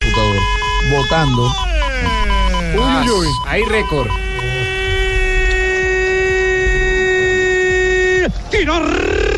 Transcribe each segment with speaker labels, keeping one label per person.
Speaker 1: computador, votando. Ah,
Speaker 2: Uy, uy, uy.
Speaker 3: Hay récord.
Speaker 2: Tiró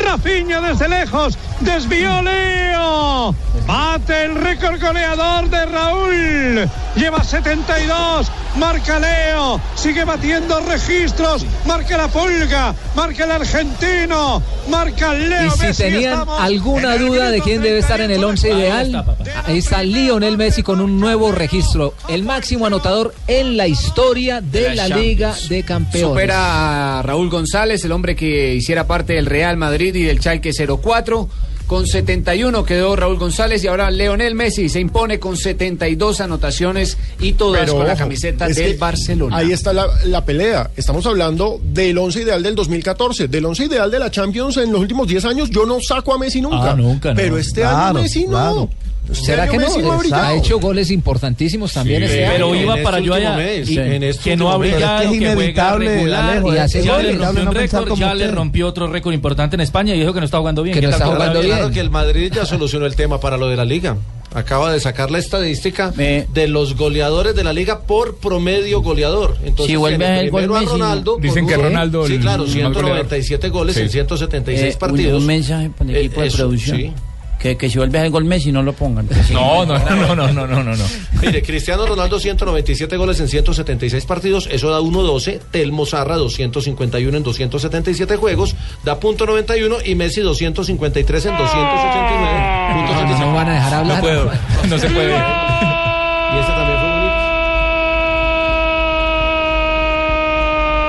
Speaker 2: Rafinha desde lejos. Desvió Leo. Bate el récord goleador de Raúl. Lleva 72. Marca Leo. Sigue batiendo registros. Marca la pulga. Marca el argentino. Marca Leo.
Speaker 1: Y si
Speaker 2: Messi.
Speaker 1: tenían
Speaker 2: Estamos
Speaker 1: alguna
Speaker 2: en el
Speaker 1: duda de quién debe estar en el 11 ideal, ahí está Lionel Messi con un nuevo registro, el máximo anotador en la historia de la Liga de Campeones.
Speaker 3: Supera a Raúl González, el hombre que hiciera parte del Real Madrid y del Schalke 04. Con 71 quedó Raúl González y ahora Leonel Messi se impone con 72 anotaciones y todas
Speaker 4: Pero
Speaker 3: con la
Speaker 4: ojo,
Speaker 3: camiseta
Speaker 4: es
Speaker 3: del
Speaker 4: que
Speaker 3: Barcelona.
Speaker 4: Ahí está la, la pelea. Estamos hablando del once ideal del 2014. Del once ideal de la Champions en los últimos 10 años, yo no saco a Messi nunca.
Speaker 1: Ah, nunca, no.
Speaker 4: Pero este
Speaker 1: Claro,
Speaker 4: año Messi no.
Speaker 1: claro.
Speaker 4: Este
Speaker 1: ¿Será
Speaker 4: año
Speaker 1: que no?
Speaker 4: Messi ha
Speaker 1: Exacto. ha
Speaker 4: brillado.
Speaker 1: hecho goles importantísimos también este año.
Speaker 5: Pero iba para yo allá.
Speaker 1: Sí.
Speaker 5: y- que no ha
Speaker 1: Pero es
Speaker 5: brillado,
Speaker 1: que es
Speaker 5: que juega
Speaker 1: inevitable,
Speaker 5: regular.
Speaker 1: Alejo,
Speaker 5: ya
Speaker 1: es
Speaker 5: le
Speaker 1: inevitable
Speaker 5: rompió
Speaker 1: no
Speaker 5: un
Speaker 1: pensar
Speaker 5: récord,
Speaker 1: como
Speaker 5: ya le
Speaker 1: usted.
Speaker 5: rompió otro récord importante en España y dijo que no está jugando bien.
Speaker 1: Que
Speaker 5: ¿Qué
Speaker 1: no
Speaker 5: tal
Speaker 1: está
Speaker 5: que
Speaker 1: jugando
Speaker 5: bien?
Speaker 1: bien.
Speaker 6: Claro que el Madrid ya solucionó el tema para lo de la liga. Acaba de sacar la estadística
Speaker 5: Me-
Speaker 6: de los goleadores de la liga por promedio goleador. Entonces,
Speaker 5: Si vuelve
Speaker 6: tiene
Speaker 5: el gol
Speaker 6: primero a
Speaker 5: Messi,
Speaker 6: Ronaldo. con
Speaker 7: Dicen que
Speaker 6: un-
Speaker 7: Ronaldo
Speaker 6: Sí,
Speaker 7: el
Speaker 6: claro,
Speaker 7: más
Speaker 6: 197 goles en 176
Speaker 5: Eh, un-
Speaker 6: partidos.
Speaker 5: Un mensaje para pues, el
Speaker 6: Eh,
Speaker 5: equipo de
Speaker 6: eso,
Speaker 5: producción.
Speaker 6: sí.
Speaker 5: Que, que si vuelves el gol Messi no lo pongan.
Speaker 7: No, no, no, no, no, no, no. no.
Speaker 6: Mire, Cristiano Ronaldo 197 goles en 176 partidos, eso da 1.12, Telmo Zarra 251 en 277 juegos, da punto .91 y Messi 253 en 289. punto
Speaker 1: No, no,
Speaker 6: 77.
Speaker 1: no van a dejar hablar.
Speaker 7: No puedo, no se puede.
Speaker 6: Y ese también fue bonito.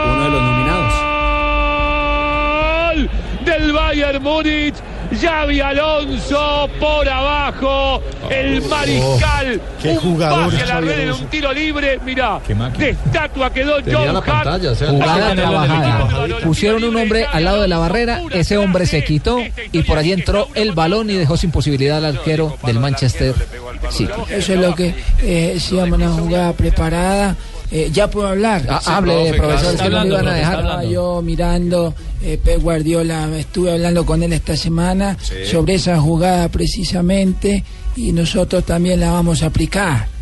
Speaker 3: Uno de los nominados.
Speaker 2: gol del Bayern Múnich. Xavi Alonso por abajo, el mariscal,
Speaker 4: qué
Speaker 2: un
Speaker 4: jugador
Speaker 2: pase a
Speaker 4: es
Speaker 2: la
Speaker 4: Xavi
Speaker 2: red de
Speaker 4: Alonso.
Speaker 2: un tiro libre, mirá,
Speaker 7: Qué máquina.
Speaker 2: de estatua quedó
Speaker 6: Tenía
Speaker 2: John
Speaker 6: la
Speaker 2: Hart.
Speaker 6: pantalla, o sea,
Speaker 1: Jugada
Speaker 5: Hay que ponerlo en equipo,
Speaker 1: trabajada.
Speaker 2: Javier.
Speaker 1: Pusieron un hombre al lado de la barrera, ese hombre se quitó y por allí entró el balón y dejó sin posibilidad al arquero del Manchester City.
Speaker 8: Eso es lo que eh, se llama una jugada preparada. Eh, ya puedo hablar.
Speaker 1: Ah, hable,
Speaker 5: profe,
Speaker 1: profesor,
Speaker 5: claro,
Speaker 1: es
Speaker 5: está
Speaker 1: que no me
Speaker 5: hablando,
Speaker 1: iban a
Speaker 5: profe, está
Speaker 1: dejar.
Speaker 5: hablando.
Speaker 8: Estaba yo mirando eh, Pep Guardiola, estuve hablando con él esta semana sobre esa jugada precisamente y nosotros también la vamos a aplicar.